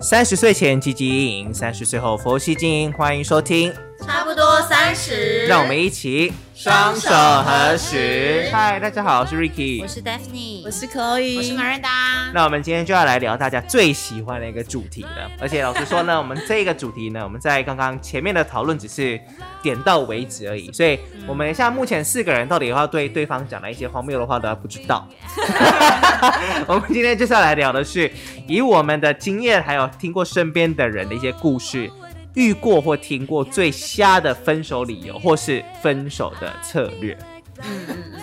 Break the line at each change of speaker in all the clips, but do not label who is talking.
三十岁前积极经营，三十岁后佛系经营。欢迎收听，
差不多三十，
让我们一起
双手合十
嗨，大家好，我是 Ricky
我。是 Daphne，
我是 Chloe，
我是 Miranda，
那我们今天就要来聊大家最喜欢的一个主题了。而且老实说呢，我们这个主题呢，我们在刚刚前面的讨论只是点到为止而已。所以，我们像目前四个人到底要对对方讲了一些荒谬的话，都还不知道。 我们今天就是要来聊的是，以我们的经验，还有听过身边的人的一些故事，遇过或听过最瞎的分手理由，或是分手的策略。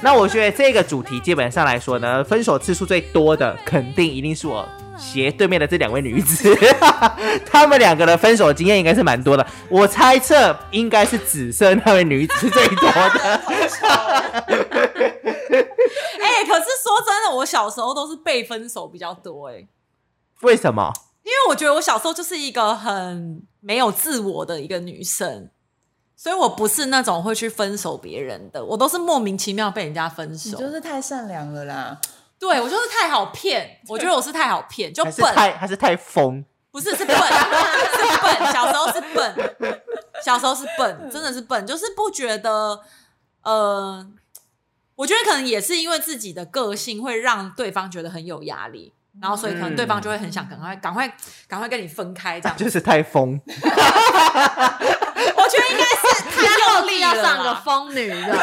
那我觉得这个主题基本上来说呢，分手次数最多的肯定一定是我斜对面的这两位女子， 她们两个的分手经验应该是蛮多的。我猜测应该是紫色那位女子是最多的。
哎、可是说真的，我小时候都是被分手比较多哎、
为什么？
因为我觉得我小时候就是一个很没有自我的一个女生，所以我不是那种会去分手别人的，我都是莫名其妙被人家分
你
手。
就是太善良了啦！
对我就是太好骗，我觉得我是太好骗，就
还
笨，
是太还是太疯？
不是是笨，是笨，小时候是笨，小时候是笨，真的是笨，就是不觉得，呃，我觉得可能也是因为自己的个性会让对方觉得很有压力，然后所以可能对
嗯
方就会很想赶快、赶快、赶快跟你分开这样。
就是太 疯。
我觉得应该是太用力
要
了
上个
啦，
疯女人，这个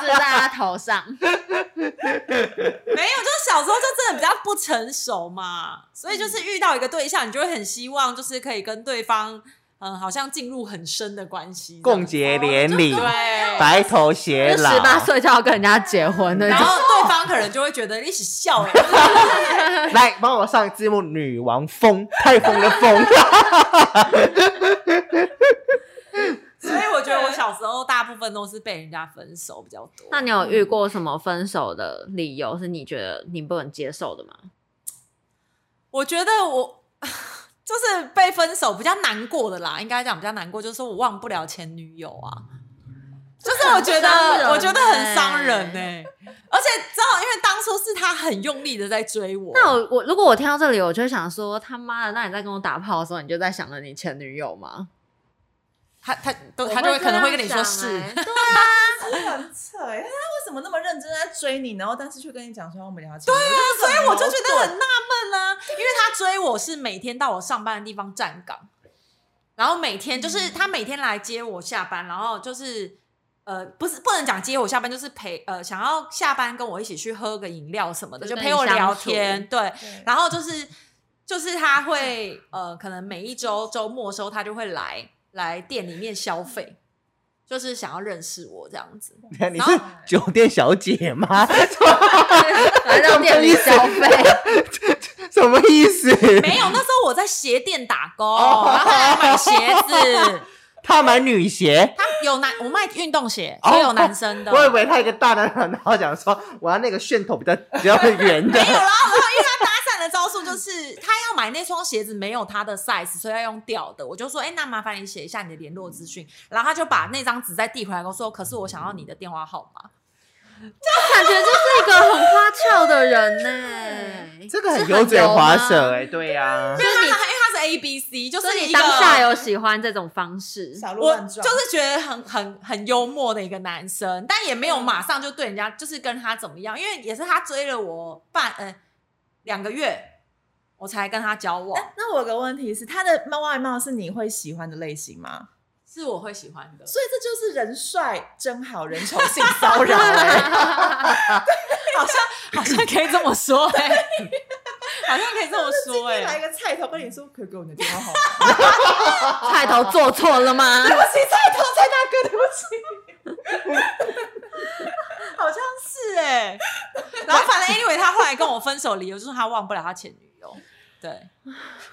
字在她头上。
没有，就是小时候就真的比较不成熟嘛，所以就是遇到一个对象，你就会很希望就是可以跟对方，嗯，好像进入很深的关系，
共结连理，
对。
白头偕
就
老。
十八岁就要跟人家结婚的
然，后对方可能就会觉得一起笑哎、欸，
来帮我上字幕，女王疯，太疯了 疯。
所以我觉得我小时候大部分都是被人家分手比较多。
那你有遇过什么分手的理由是你觉得你不能接受的吗？
我觉得我 就是被分手比较难过的啦，应该讲比较难过，就是说我忘不了前女友啊。就是我觉
很伤人
得，我觉得很
欸
伤人呢、而且知道，因为当初是他很用力的在追我，
那我我如果我听到这里，我就会想说他妈的，那你在跟我打炮的时候，你就在想着你前女友吗？
他他都他就会可能会跟你说是，
欸啊
很扯哎，他为什么那么认真地在追你，然后但是却跟你讲说我们聊对啊，
所以我就觉
很
得
矛
很
盾
纳闷啦，因为他追我是每天到我上班的地方站岗，然后每天就是他每天来接我下班，然后就是呃，不是不能讲接我下班，就是陪呃想要下班跟我一起去喝个饮料什么的，
就
就
跟
陪我
你相
聊
处
天，对，
对
然后就是就是他会呃，可能每一周周末的时候他就会来来店里面消费，就是想要认识我这样子。
你是酒店小姐吗？
来到店里消 费，
什么意思？
没有，那时候我在鞋店打工，
哦
然 后还买鞋子。
他买女鞋，
他有男，我卖运动鞋，
哦
所以有男生的。
我以为他一个大男人，然后讲说我要那个楦头比较比较圆 的
没有，然后然后因为他搭讪的招数就是他要买那双鞋子没有他的 size，所以要用吊的。我就说，哎、那麻烦你写一下你的联络资讯。然后他就把那张纸再递回来，跟我说，可是我想要你的电话号码。
感觉就是一个很花俏的人呢、
这个很油嘴滑舌哎、对呀、
因为他
所以
因为他是 A B C，就
所
是
以你
一个
当下有喜欢这种方式，
小鹿
我
乱
就
撞，哦
是觉得很很很幽默的一个男生，但也没有马上就对人家就是跟他怎么样，因为也是他追了我半嗯两、个月，我才跟他交往，
哎那我有个问题是，他的貌外貌是你会喜欢的类型吗？
是我会喜欢的。
所以这就是人帅真好人丑 性骚扰
啊
哎，
好像好像可以这么说哎、 好像可以这么
今
说哎、
天来一个菜头跟你说可以给我你的电话号码，
菜头做错了吗？
对 不起菜头蔡大哥，对不起，
好像是哎、然后反正 anyway，他后来跟我分手理由就是他忘不了他前女友，对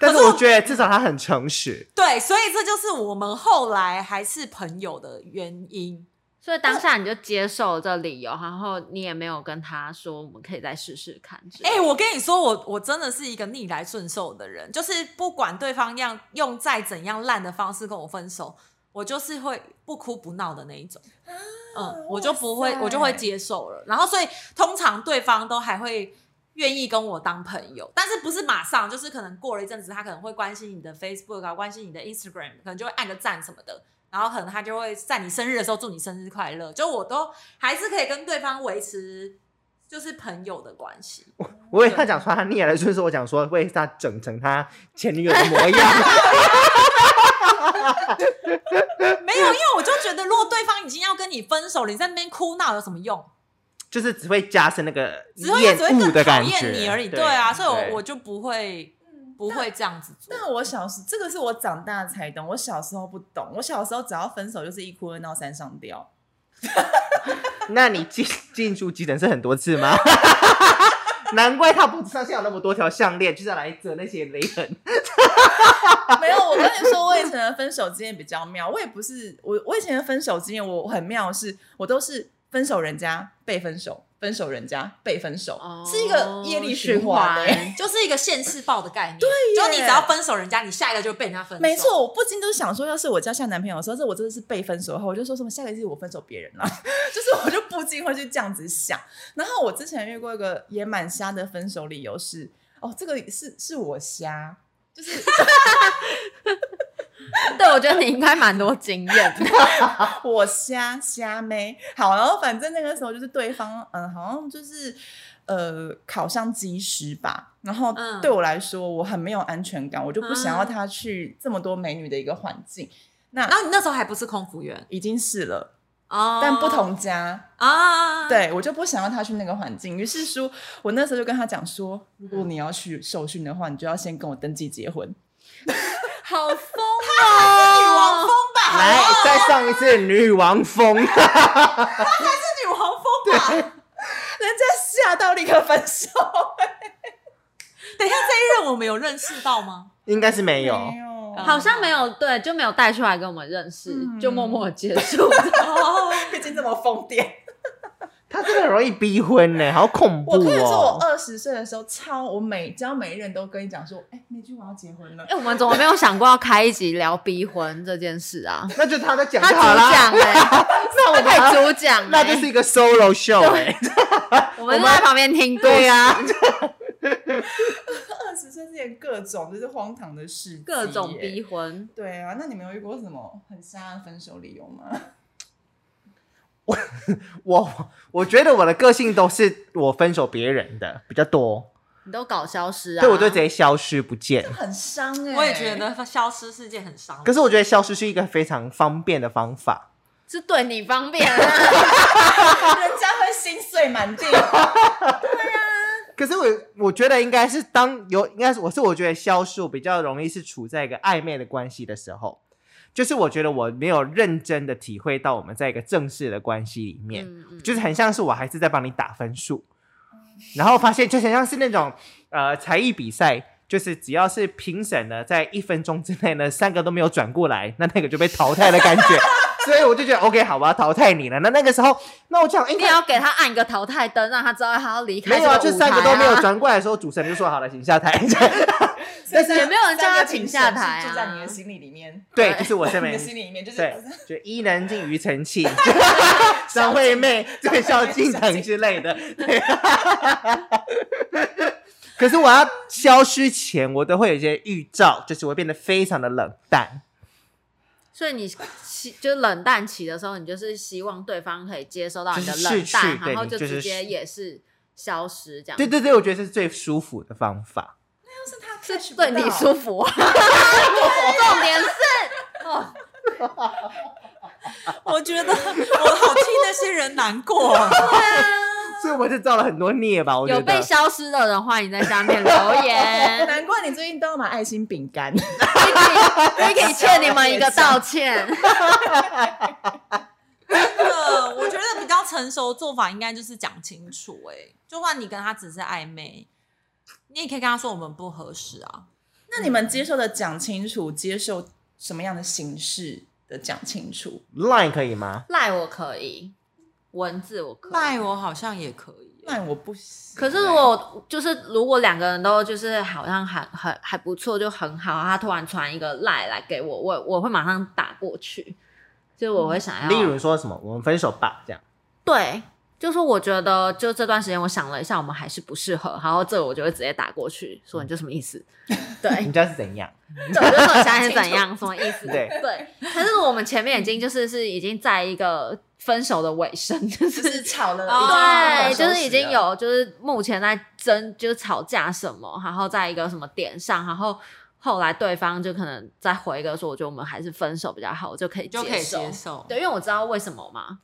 但是我觉得至少他很诚实，
对，所以这就是我们后来还是朋友的原因。
所以当下你就接受这理由，然后你也没有跟他说我们可以再试试看之类
哎、
的。
我跟你说，我我真的是一个逆来顺受的人，就是不管对方样用再怎样烂的方式跟我分手，我就是会不哭不闹的那一种。嗯，我就不会，
啊哇塞
我就会接受了。然后，所以通常对方都还会愿意跟我当朋友，但是不是马上，就是可能过了一阵子，他可能会关心你的 Facebook 啊，关心你的 Instagram，可能就会按个赞什么的，然后可能他就会在你生日的时候祝你生日快乐，就我都还是可以跟对方维持就是朋友的关系。
我以为他讲说他腻了，就是我讲说为他整成他前女友的模样。
没有，因为我就觉得，如果对方已经要跟你分手了，你在那边哭闹有什么用？
就是只会加深那个
只会
厌
只会更
恶的
讨
感
厌
觉。
你而已。对啊，所以
对
我我就不会不会这样子做。
但我小时这个是我长大才懂，我小时候不懂。我小时候只要分手就是一哭二闹三上吊，
那你进进出急诊室很多次吗？ 难怪他脖子上现在有那么多条项链，就是要来折那些雷 痕。
没有。我跟你说，我以前的分手经验比较妙。我也不是我，我以前的分手经验我很妙是，我都是分手人家被分手，分手人家被分手，
哦
是一个业力
循
循环、欸。
环
就是一个现世报的概念，对，就你只要分手人家，你下一个就会被人家分手。
没，错，我不禁都想说，要是我交下男朋友的时候，这我真的是被分手后，我就说什么下个月我分手别人了， 就是我就不禁会去这样子想。然后我之前遇过一个也蛮瞎的分手理由是，哦，这个是是我瞎，就是
对，我觉得你应该蛮多经 验的。
我瞎瞎妹。好，然后反正那个时候就是对方，嗯，好像就是呃考上机师吧。然后
嗯啊
对我来说，我很没有安全感，我就不想要他去这么多美女的一个环境。那
然后你那时候还不是空服员
已经是了，
哦，
但不同家。
啊，，
对我就不想要他去那个环境，于是说，我那时候就跟他讲说，如果你要去受训的话，你就要先跟我登记结婚。
好疯
女王
哦！
风吧，
来，再上一次女王风，
是女王风啊吧。
人家吓到立刻分手，
等一下这一任我们有认识到吗？
应该是没有。
有
好像没有啊对，就没有带出来跟我们认识，
嗯
就默默结束。
哦，
毕竟这么疯癫。
他真的很容易逼婚呢，好恐怖
我跟你说，我
哦！
二十岁的时候超，我每只要每一任都跟你讲说，哎、那句我要结婚了
哎、。我们怎么没有想过要开一集聊逼婚这件事啊？
那就他在讲
他
就好
主讲
啦，
哎、
那我
他
们
可以主讲、欸，
那就是一个 solo show 哎，
我们就在旁边听故事。
对啊呀，
二十岁之前各种就是荒唐的事，
各种逼。婚，
对啊，那你们有遇过什么很瞎的分手理由吗？
我我觉得我的个性都是我分手别人的比较多，
你都搞消失啊？
对我就直接消失不见。
很伤哎、
我也觉。得消失是件很伤的
可。是我觉得消失是一个非常方便的方法，
是对你方便啊。
人家会心碎满地。
可是我我觉得应该是当有应该是我是我觉得消失我比较容易是处在一个暧昧的关系的时候，就是我觉得我没有认真的体会到我们在一个正式的关系里面，
嗯嗯
就是很像是我还是在帮你打分数，然后发现就很像是那种呃才艺比赛，就是只要是评审呢在一分钟之内呢三个都没有转过来，那那个就被淘汰的感 觉。所以我就觉得 OK，好，我要淘汰你了。那那个时候，那我就想，应哎
你
该
也要给他按一个淘汰灯，让他知道他要离开
没
这
有
舞台、
啊，
啊。
就三个都没有转过来的时候，主持人就说好了，请下台。
但
是也没有人叫他请下台啊
就在你的心里里面，
对，就是我这
你
边
的，心里里面就是
对，就伊能静、庾澄庆、张惠妹、对，萧敬腾之类的。对 可是我要消失前，我都会有一些预兆，就是我会变得非常的冷淡。
所以你希就冷淡期的时候，你就是希望对方可以接收到你的
就是
冷
逝去
淡，
对
然后
你
就
就是
直接也是消失这样。
对对对，我觉得这是最舒服的方法。
就是他
是对你 舒服啊。重点是，哦，
我觉得我好替那些人难过啊。
所以我就造了很多孽吧，我觉
有被
得。
消失的人，欢迎在下面留言。
难怪你最近都要买爱心饼干，
Vicky，Vicky 欠你们一个道歉。
真的，我觉得比较成熟的做法应该就是讲清楚、哎，就算你跟他只是暧昧，你也可以跟他说我们不合适啊。
那你们接受的讲清楚，接受什么样的形式的讲清楚？
Line 可以吗？
赖我可以，文字我可以。
赖我好像也可以、
那我不行。
可是如果就是如果两个人都就是哎好像还很还不错，就很好，他突然传一个赖来给我，我我会马上打过去，就我会想要，
嗯例如说什么，我们分手吧，这样。
对，就说我觉得就这段时间我想了一下，我们还是不适合，然后这我就会直接打过去说你这什么意思？对
你，知道是怎样？
对我就说你现在是怎样，什么意 思？
对
对，可是我们前面已经就是是已经在一个分手的尾声，就
就是是吵了，
哦
对，就是已
已
经
经
有，就是目前在争，就是吵架什么，然后在一个什么点上，然后后来对方就可能再回一个说，我觉得我们还是分手比较好，我就可以
就可以
受。
接受。
对，因为我知道为什么嘛。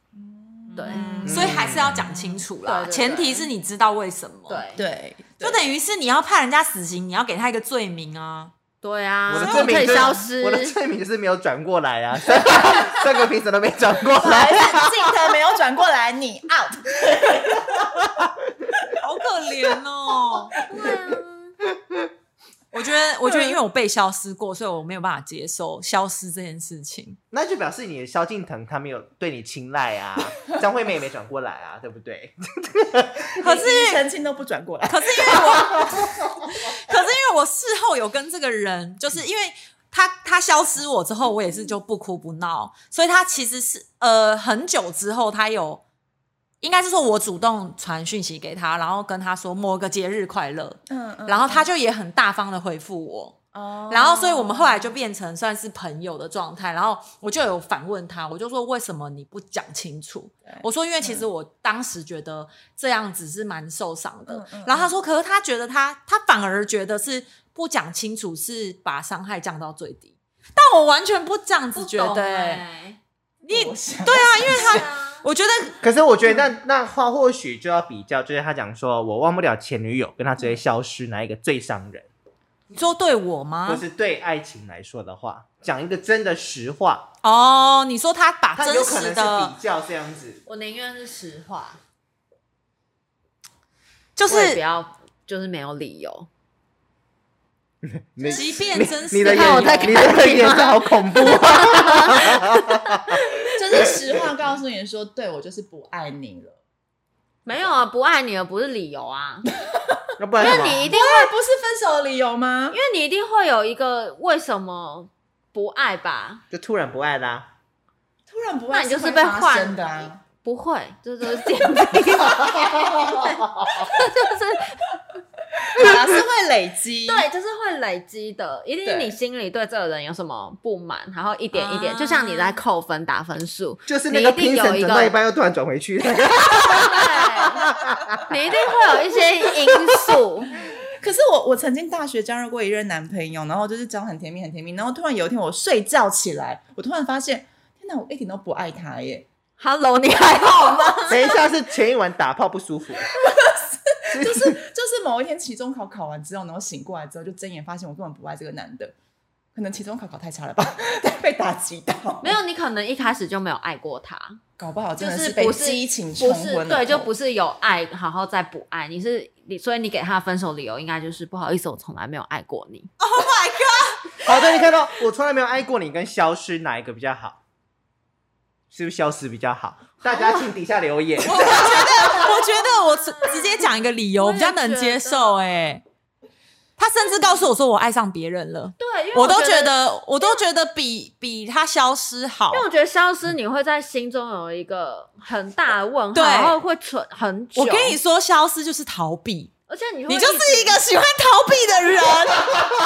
对
嗯所以还是要讲清楚啦
对对。对
前提是你知道为什么。，
哦对
对，
就等于是你要判人家死刑，你要给他一个罪名啊。
对啊，
我的
然
罪
后
名
可以
就是
消失
我。的罪名是没有转过来啊，三个 三个评审都没转过
还
来。
是镜头没有转过来，你 out。
好可怜哦。
对啊
我觉得，我觉得因为我被消失过，所以我没有办法接受消失这件事情。
那就表示你的萧敬腾他没有对你青睐啊，张惠妹也没转过来啊，对不对？
可是
连澄清都不转过来，
可是因为我，可是因为我事后有跟这个人，就是因为他他消失我之后，我也是就不哭不闹，所以他其实是呃很久之后，他有应该是说我主动传讯息给他，然后跟他说某个节日快乐，
嗯，嗯
然后他就也很大方的回复我。
哦
然后，所以我们后来就变成算是朋友的状态。然后我就有反问他，我就说为什么你不讲清楚
对？嗯
我说因为其实我当时觉得这样子是蛮受伤的。
嗯嗯
然后他说，可是他觉得他他反而觉得是不讲清楚是把伤害降到最低，但我完全不这样子觉
不
得、
懂
欸。
欸
你
我想
对啊，因为
对
他
啊，
我觉得
可是我觉得那那话或许就要比较，就是他讲说我忘不了前女友，跟他直接消失，哪一个最伤人？
你说对我吗
或？是对爱情来说的话，讲一个真的实话，
哦，你说他把
他
真
有可
实
能是
的
比，较这样子。
我宁愿是实话，
就
我也
是
不要就是没有理由。
你
即便
你
真实
你的
你看我
眼
在
你的眼神好恐怖 啊！
就是实话告诉你说，对我就是不爱你了。
没有啊，不爱你而不是理由啊，
要不然
因
什
为你一
么？
定
对，不是分手的理由吗
因？为你一定会有一个为什么不爱吧？
就突然不爱啦、
突然不爱，
那你就是被换
真的啊。
不会，这 就是建立， 就是
好啊啦是会累积，
啊对，就是会累积的。一定是
对
你心里对这个人有什么不满，然后一点一点，
啊
就像你在扣分打分数，
就是那个
你一定
评
有
审
一个
转到一半又突然转回去，
对，你一定会有一些因素。
可是我我曾经大学加入过一任男朋友，然后就是交很甜蜜很甜蜜，然后突然有一天我睡觉起来，我突然发现，天哪，我一点都不爱他耶！
Hello，你还好吗？
等一下是前一晚打炮不舒服，
就是某一天期中考考完之后，然后醒过来之后，就睁眼发现我根本不爱这个男的，可能期中考考太差了吧， 被打击到
没，有，你可能一开始就没有爱过他，
搞不好
就
真的
不
被
是
激情冲
不是
昏了
对，就
头
不是有爱，然后再不爱，你是你，所以你给他分手理由应该就是不好意思，我从来没有爱过你。
好的，你看到我从来没有爱过你跟消失哪一个比较好？是不是消失比较好？大
哦
家请底下留言。
我我觉得，我觉得我直直接讲一个理由，
我
我
也
比较能接受、哎，他甚至告诉我说我爱上别人了，
对，因为
我都
觉
觉得，我都觉得比比他消失好
因。为我觉得消失，你会在心中有一个很大的问号，
嗯对
然后会存很久。
我跟你，说，消失就是逃避，
而且你会
你就是一个喜欢逃避的 人。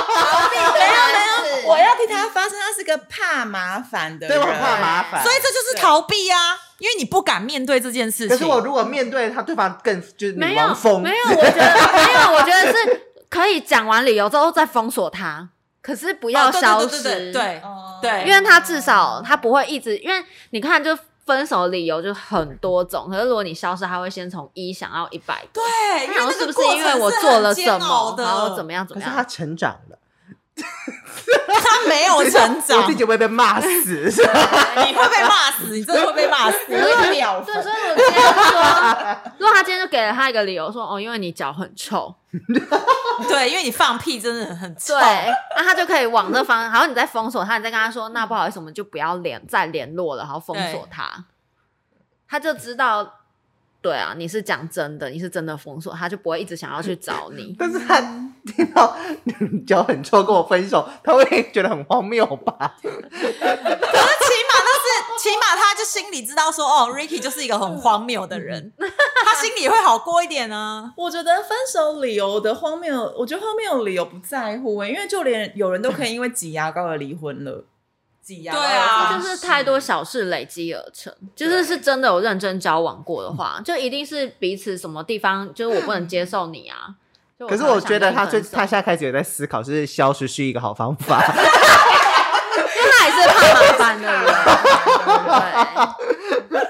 哦
没 有没有，我要替他发声，他是个怕麻烦的
对
人，
我很怕麻烦，
所以这就是逃避啊，因为你不敢面对这件事
可
情。哦
是我如果面对他，对方更就是
没
女
有
王疯，
没有，我觉 得没有，我觉得是可以讲完理由之后再封锁他，可是不要
哦对对
消
对
失，
对对对
哦，
对
因为他至少他不会一直，因为你看就。分手的理由就很多种，可是如果你消失，他会先从一想到一百个，
对，因
他想
为那
说是
个
不
过
因为
程
我
是
做
很
了
煎
什
熬
么，
的
然后怎么样怎
可
么
是
样？
他成长了，
他没有成
我
长，
自
你
己会被骂死。。
会被骂死，你真的会被 骂死。
我秒
对，
粉
所以我今天就说，如果他今天就给了他一个理由，说哦，因为你脚很臭，
对，因为你放屁真的很臭
对。，那他就可以往这方，然后你再封锁他，你再跟他说，那不好意思，我们就不要联再联络了，然后封锁他，他就知道，对啊，你是讲真的，你是真的封锁，他就不会一直想要去找你
但是他听到你脚很臭跟我分手，他会觉得很荒谬吧？
可是起码那是起码他就心里知道说，哦，Ricky 就是一个很荒谬的人， 他心里会好过一点呢、
我觉得分手理由的荒谬，我觉得荒谬的理由不在乎、欸，因为就连有人都可以因为挤牙膏而离婚了，挤牙膏
对啊
而
就
分手
是太多小事累积而成，就是是真的有认真交往过的话，就一定是彼此什么地方，就是我不能接受你啊。就
可是
才会
我觉得
想
他
跟
最
你分手
他现在开始有在思考，就是消失是一个好方法。
因为他也是怕麻 烦的人，
啊
对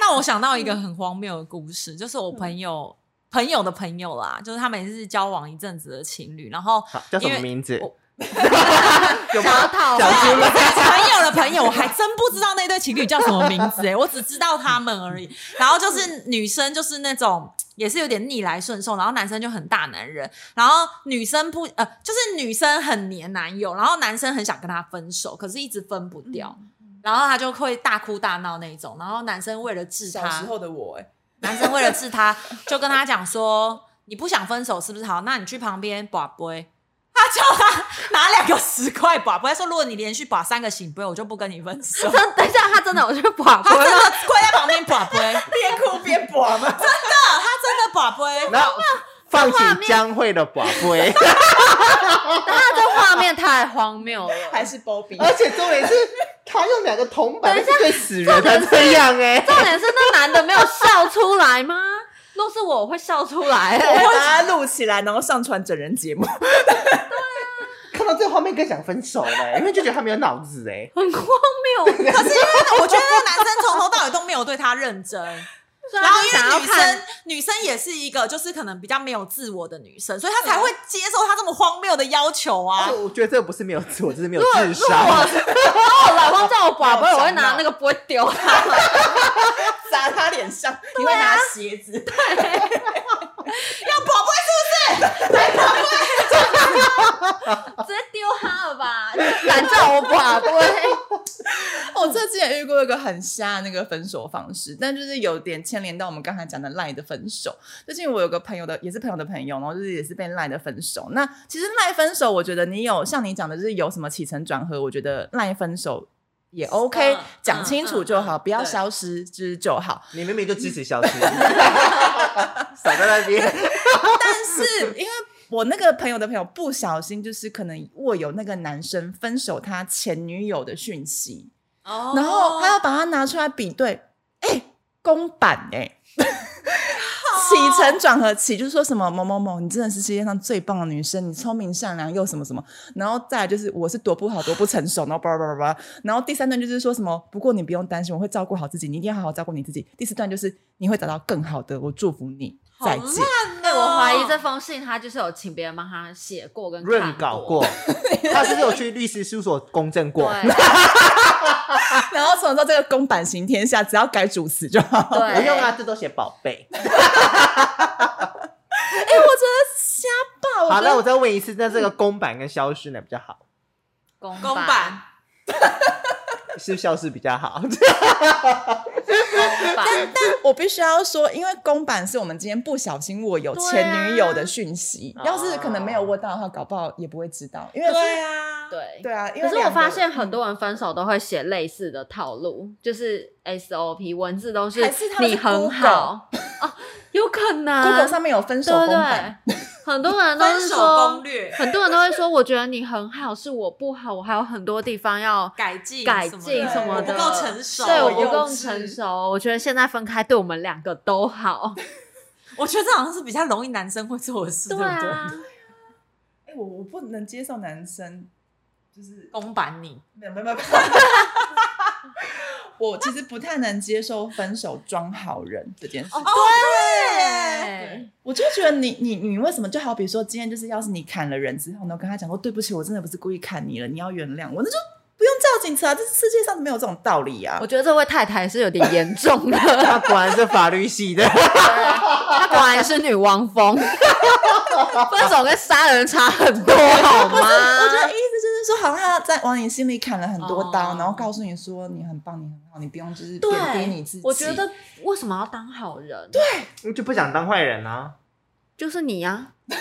那我想到一个很荒谬的故事，就是我朋友、朋友的朋友啦，就是他们也是交往一阵子的情侣，然后
好叫什
因
么
为
名字？
我
有
想要讨
小
好
猪吗？
朋友的朋友，我还真不知道那对情侣叫什么名字哎、我只知道他们而已。然后就是女生就是那种也是有点逆来顺受，然后男生就很大男人，然后女生不呃就是女生很黏男友，然后男生很想跟她分手，可是一直分不掉。
嗯
然后她就会大哭大闹那一种，然后男生为了治她，
小时候的我、欸，
男生为了治她，就跟她讲说：“你不想分手是不是好？那你去旁边把杯。”他叫他拿两个十块把杯，他说：“如果你连续把三个醒杯，我就不跟你分手。
真等一下，他真的，我去保”
他真
过，
的跪在旁边把杯，真的，
边哭边拔 嘛，
他真的把杯。
然后放起江蕙的宝 贝，
但他这画面太荒谬了。
还是包庇。
而且重点是他用两个铜板，
等一下
那是对死人才这样哎、
重点是那男的没有笑出来吗？若是我，我会笑出来、
我会把它录起来，然后上传整人节目。
看到这个画面更想分手嘞、因为就觉得他没有脑子哎、
很荒谬。
可是因为我觉得那个男生从头到尾都没有对她认真，
虽
然后
他
因
啊想要
为女生
看，
女生也是一个就是可能比较没有自我的女生，所以她才会接受他这么荒谬的要求啊。
我觉得这个不是没有自我，这是没有
如果
智
如果我
商。
如果我老公叫我宝贝，我会拿那个不会丢他。
砸他脸上，你会
啊
拿鞋子。
要宝贝
直接丢他了吧？敢叫我寡龟？
我最近也遇过一个很瞎的那个分手方式，但就是有点牵连到我们刚才讲的赖的分手。最近我有个朋友的，也是朋友的朋友，然后就是也是被赖的分手。那其实赖分手，我觉得你有像你讲的，就是有什么起承转合，我觉得赖分手也 OK，、
嗯
讲清楚就好，
嗯嗯
不要
对
消失之就好。
你明明就支持消失，少在那边。
但 是因为我那个朋友的朋友不小心，就是可能握有那个男生分手他前女友的讯息，
哦
然后他要把它拿出来比对，哎、公版哎、起承转合起，就是说什么某某某，你真的是世界上最棒的女生，你聪明善良又什么什么，然后再来就是我是多不好多不成熟，然后叭叭叭叭，然后第三段就是说什么，不过你不用担心，我会照顾好自己，你一定要好好照顾你自己。第四段就是你会找到更好的，我祝福你，再见。
哎，我怀疑这封信他就是有请别人帮他写过跟看
润稿过，他是不是有去律师事务所公证过？
对
然后从之后这个公版行天下，只要改主词就好。
对，
不用啊，这都写宝贝。
哎、我 觉得瞎爆，
好，
觉得
那我再问一次，那这个公版跟消失哪比较好？
公
公
版
版。
是消失比较好？
公版，
我必须要说，因为公版是我们今天不小心握有
对啊
前女友的讯息，
哦
要是可能没有握到的话，搞不好也不会知道。因为
对啊，
对。
对啊，因为
可是我
两个
发现很多人分手都会写类似的套路，就是 SOP 文字都是
还是他们是
你很好哦，有可能
Google 上面有分手
对
公
对
版，
对， 很多人都
分
是
手
说
攻，略
很多人都会说，我觉得你很好，是我不好，我还有很多地方要。
改进
改
什么
进
的
什么
我不
的，
够成熟，
对我
幼
不够
稚
成熟。我觉得现在分开对我们两个都好，
我觉得这好像是比较容易男生会做的事，对
对
不
啊
对？，
哎、我我不能接受男生就是
公版你
没有没有没有。我其实不太能接受分手装好人这件事
哦
情，
对，
我就觉得你你你为什么就好比说今天就是要是你砍了人之后呢，跟他讲说对不起，我真的不是故意砍你了，你要原谅我，那就不用叫警啊察，这世界上没有这种道理啊
我。觉得这位太太是有点严重的，
他啊果然是法律系的，
她果然是女汪峰， 分手跟杀人差很多，好吗？
我觉得意思就是说，好像他在往你心里砍了很多刀，
啊哦
然后告诉你说你很棒，你很好，你不用就是贬低你自
对
己。，
我觉得为什么要当好人？对，
就不想当坏人啊。
就是你啊呀、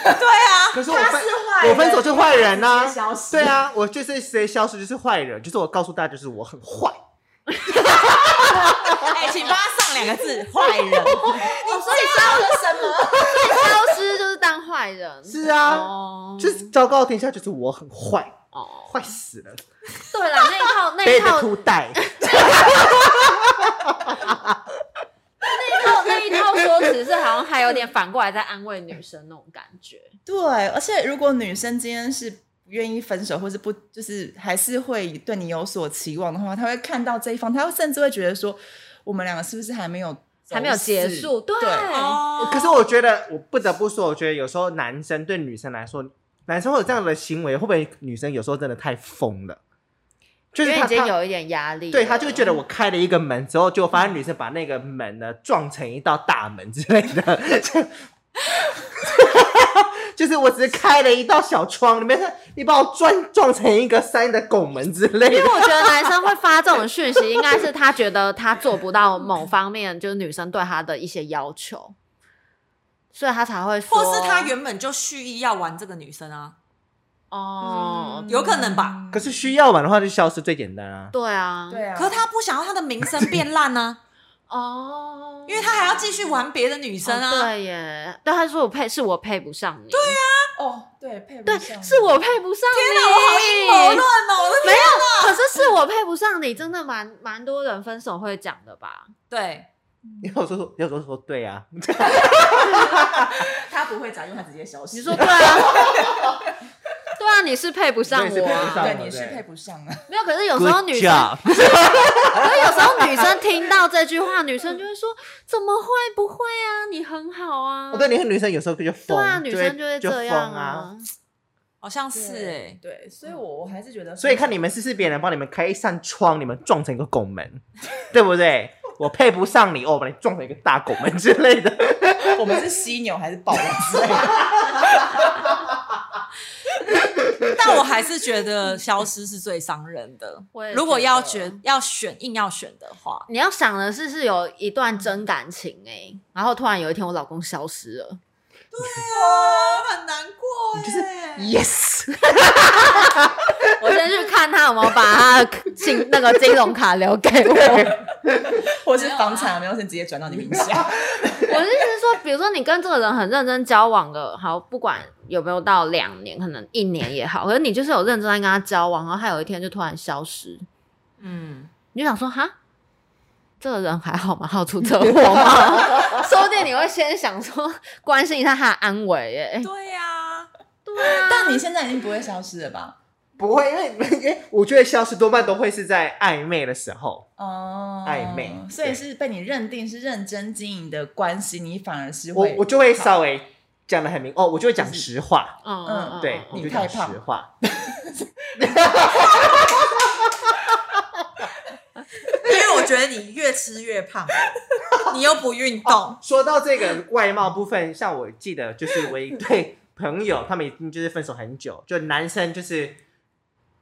可是我分我分手就啊坏人呐、对啊，我就是谁消失就是坏人，就是我告诉大家就是我很坏，
哎、请帮他上两个字，坏人。
哦，所以招了什么？
消失就是当坏人，
是啊，
哦，
就是昭告天下，就是我很坏，
哦，
坏死了，
对了，那一 套那一
背
套
着裤带，
那一套那一套说辞是好像还有点反过来在安慰女生那种感 觉，
对，而且如果女生今天是不愿意分手，或是不就是还是会对你有所期望的话，她会看到这一方，她会甚至会觉得说，我们两个是不是还没有走
还没有结
死
束，对，
哦
可是我觉得，我不得不说，我觉得有时候男生对女生来说，男生会有这样的行为，会不会女生有时候真的太疯了？就
因
是
为
他
已经
他
有一点压力了，
对他就会觉得我开了一个门之后，就发现女生把那个门呢撞成一道大门之类的， 就就是我只是开了一道小窗，里面是你把我撞撞成一个山的拱门之类
因
的
为。我觉得男生会发这种讯息，应该是他觉得他做不到某方面，就是女生对他的一些要求，所以他才会说，
或是他原本就蓄意要玩这个女生啊，
嗯
哦，
有可能吧？
可是需要玩的话，就消失最简单啊。
对啊，
对啊，
可是他不想要他的名声变烂呢、
哦，
因为他还要继续玩别的女生啊。
哦对耶，对他说我配是我配不上你，对啊，
哦，对，配不
对，
上
是我配不上你，
天哪，我哎好阴谋论哦！我的
没
天，
有，可是是我配不上你，真的蛮蛮多人分手会讲的吧？
对，
你有时候有时候说对啊，
他不会讲，因为他直接消失。
你说对啊， 对啊，你是配不上
对是
我
配不
啊
上。
对，
我
你是
对
配不上啊。
没有，可是有时候
Good
女生嗯
job
可是有时候女生听到这句话，女生就会说：“怎么会不会啊？你很好啊。
我哦对你和女生有时候就疯，
对啊，女
就
生就会
会
这
疯
样
啊。。
好像是哎、
对，所以我我还是觉得，
所以看你们是不是别人帮你们开一扇窗，你们撞成一个拱门，对不对？我配不上你哦，我把你撞成一个大拱门之类的。
我们是犀牛还是豹之 类的。
欸但我还是觉得消失是最伤人的
我也。
如果要
觉得
选要选硬要选的话，
你要想的是，是有一段真感情哎、然后突然有一天我老公消失了，
啊，很难过
欸
就是 yes，
我先去看他有没有把他的信那个金融卡留给 我。我
或是房产没啊有，先直接转到你名下。
的意思是说，比如说你跟这个人很认真交往了，好，不管有没有到两年，可能一年也好，可是你就是有认真在跟他交往，然后他有一天就突然消失，
嗯，
你就想说哈，这个人还好吗？好出车祸 吗？说不定你会先想说关心一下他的安危耶。
对呀、
对啊，
但你现在已经不会消失了吧？
不会，因为 因为我觉得消失多半都会是在暧昧的时候。
哦，
暧昧
所以是被你认定是认真经营的关系，你反而是
我
会
我就会稍微讲的很明哦，我就会讲实话，
嗯
嗯
对，我
嗯
就
你太
讲
胖
实话。
因为我觉得你越吃越胖，你又不运动，
说到这个外貌部分，像我记得就是我一对朋友，他们已经就是分手很久， 就男生就是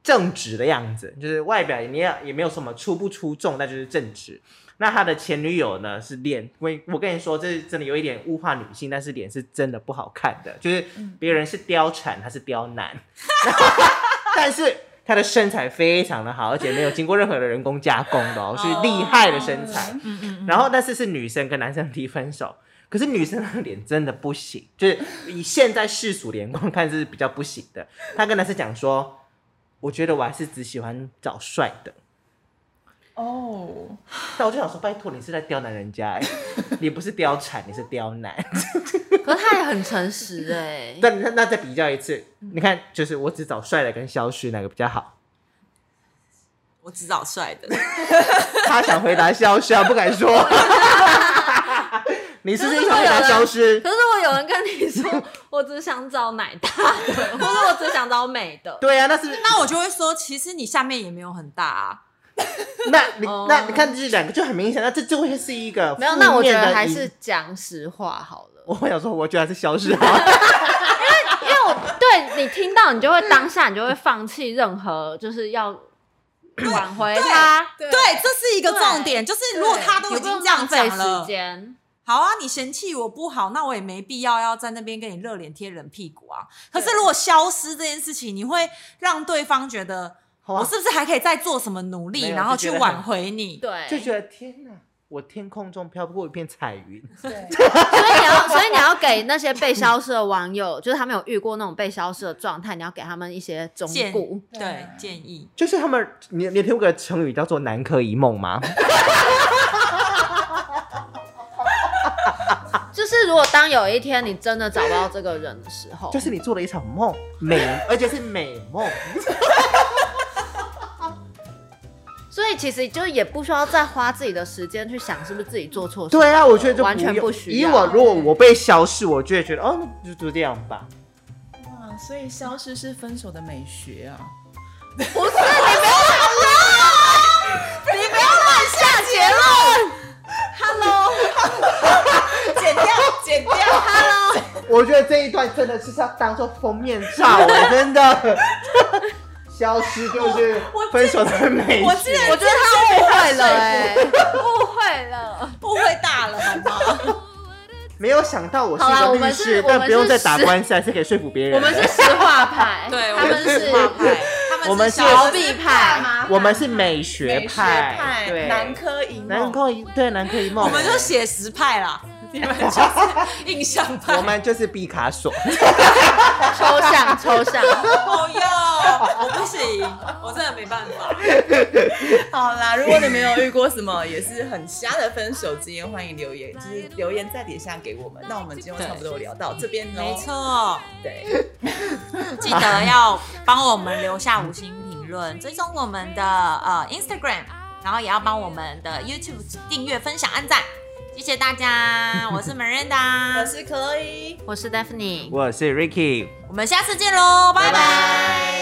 正直的样子，就是外表也没有也没有什么出不出众，但就是正直。那他的前女友呢是脸，我我跟你说，这是真的有一点物化女性，但是脸是真的不好看的，就是别人是貂蝉，他是貂男， 但是他的身材非常的好，而且没有经过任何的人工加工的哦，是厉害的身材。
嗯嗯
然后但是是女生跟男生提分手， 可是女生的脸真的不行，就是以现在世俗眼光看是比较不行的。她跟男生讲说，我觉得我还是只喜欢找帅的。
哦，
但我就想说，拜托你是在刁难人家、欸，你不是貂蝉，你是刁难。
哦可是他也很诚实哎。
但那那再比较一次，你看，就是我只找帅的跟消失哪个比较好？
我只找帅的。
他想回答消失啊，不敢说。你是不是想回答消失？
可是我有人跟你说， 我只想找奶大的，或者我只想找美的，
对啊，那是
那我就会说，其实你下面也没有很大啊。
那你、那你
哦
看，这两个就很明显，那这就会是一个
没有。
负
那我觉
面
得
的
还
影
是讲实话好 了，
我想说，我居然是消 失了。
因为我对你听到，你就会当下你就会放弃任何就是要挽回他，
对
对，这是一个重点，就是如果他都
你
已
不用
经这样
浪费
讲
时
了，
间。
好啊，你嫌弃我不好，那我也没必要要在那边跟你热脸贴冷屁股啊。可是如果消失这件事情，你会让对方觉得。
哇
我是不是还可以再做什么努
没
力，
有
然后
就觉
去
得
挽
很
回你？
对，
就觉得天哪，我天空中飘过一片彩云，
所
对，
以你要， 所以你要给那些被消失的网友，就是他们有遇过那种被消失的状态，你要给他们一些忠
建
告。
对啊建议，
就是他们，你你有听过个成语叫做“南柯一梦”吗？
就是如果当有一天你真的找不到这个人的时候，
就是你做了一场梦，美，而且是美梦。
所以其实就也不需要再花自己的时间去想是不是自己做错事。
对啊，我觉得就
完全
用
不需
以
要
我如果我被消失，我就会觉得哦，那就就这样吧。
哇，所以消失是分手的美学啊！
不是你不要你不要乱下结论。Hello，
剪掉，剪掉，
我觉得这一段真的是要当做封面照，我真的 消失就是
我
分手的美
我
学
竟。然
我觉得他误会 了、欸，误会了。
误会大了，好吗？
没有想到我是一
好啦
个
我
律
们
师
是，我
但
们
不用
是
再打
实
官司，还是可以说服别人。
我们是实话派，
对，
他们
我
是
们是
画派，他们
我们是
小
逃避派，
我们是美学
美学
派，对，
南柯一
南
梦，
柯一对南柯一梦，
我们就是写实派啦， 你们就是印象派。
我们就是毕卡索，
抽象抽象。
哦哟，我不行，我真的没办法。
好啦，如果你们有遇过什么也是很瞎的分手经验，欢迎留言，就是留言在底下给我们。那我们今天差不多聊到这边喽，
没，错，
对，
记得要帮我们留下五星评论，追踪我们的呃 Instagram，然后也要帮我们的 YouTube 订阅、分享、按赞，谢谢大家。我是 Miranda，
我是 Chloe。
我是 Daphne，
我是 Ricky，
我们下次见喽，拜拜